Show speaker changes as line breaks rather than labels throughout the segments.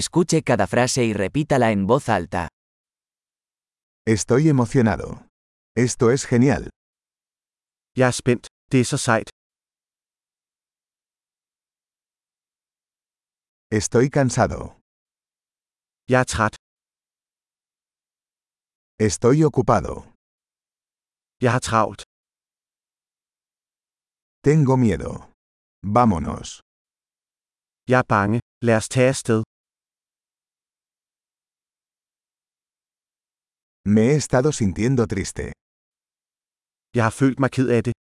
Escuche cada frase y repítala en voz alta.
Estoy emocionado. Esto es genial.
Jeg er spændt. Det er så sejt.
Estoy cansado.
Jeg er træt.
Estoy ocupado.
Jeg har travlt.
Tengo miedo. Vámonos.
Jeg er bange. Lad os tage afsted.
Me he estado sintiendo triste.
Jeg har følt mig ked af det.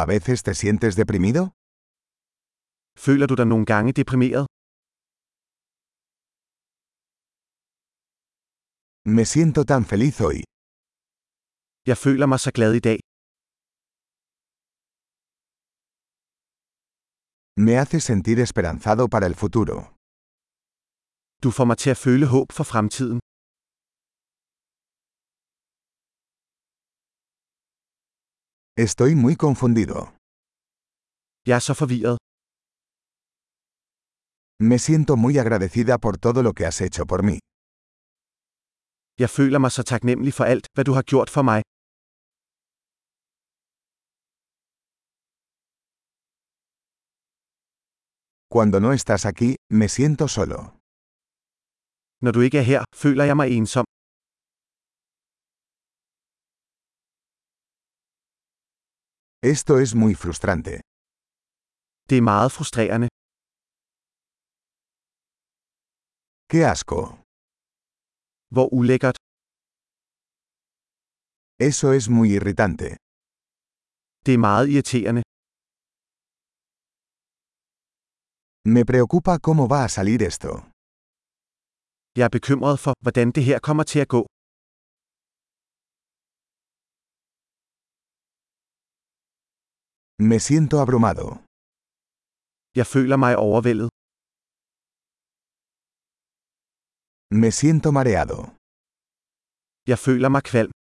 ¿A veces te sientes deprimido?
Føler du dig nogle gange deprimeret?
Me siento tan feliz hoy.
Jeg føler mig så glad i dag.
Me hace sentir esperanzado para el futuro.
Du får mig til at føle håb for fremtiden.
Estoy muy confundido.
Jeg er så forvirret.
Me siento muy agradecida por todo lo que has hecho por mí.
Jeg føler mig så taknemmelig for alt, hvad du har gjort for mig.
Cuando no estás aquí, me siento solo.
Når du ikke er her, føler jeg mig ensom.
Esto es muy frustrante.
Det er meget frustrerende.
¡Qué asco!
Hvor ulækkert.
Eso es muy irritante.
Det er meget irriterende.
Me preocupa cómo va a salir esto.
Jeg er bekymret for, hvordan det her kommer til at gå.
Me siento abrumado.
Jeg føler mig overvældet.
Me siento mareado.
Jeg føler mig kvalm.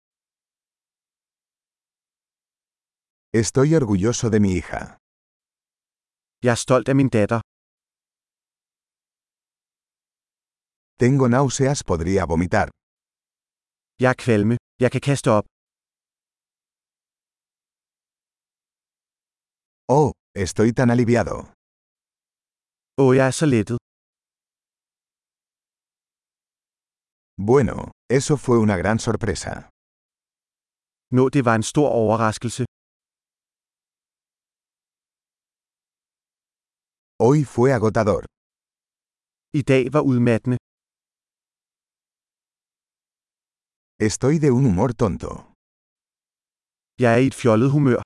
Estoy orgulloso de mi hija.
Jeg er stolt af min datter.
Tengo náuseas, podría vomitar.
Jeg er kvalme. Jeg kan kaste op.
Oh, estoy tan aliviado.
Åh, jeg er så lettet.
Bueno, eso fue una gran sorpresa.
Nå, det var en stor overraskelse.
Hoy fue agotador.
I dag var udmattende.
Estoy de un humor tonto.
Jeg er i et fjollet humør.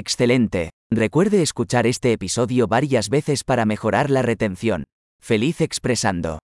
Excelente. Recuerde escuchar este episodio varias veces para mejorar la retención. Feliz expresando.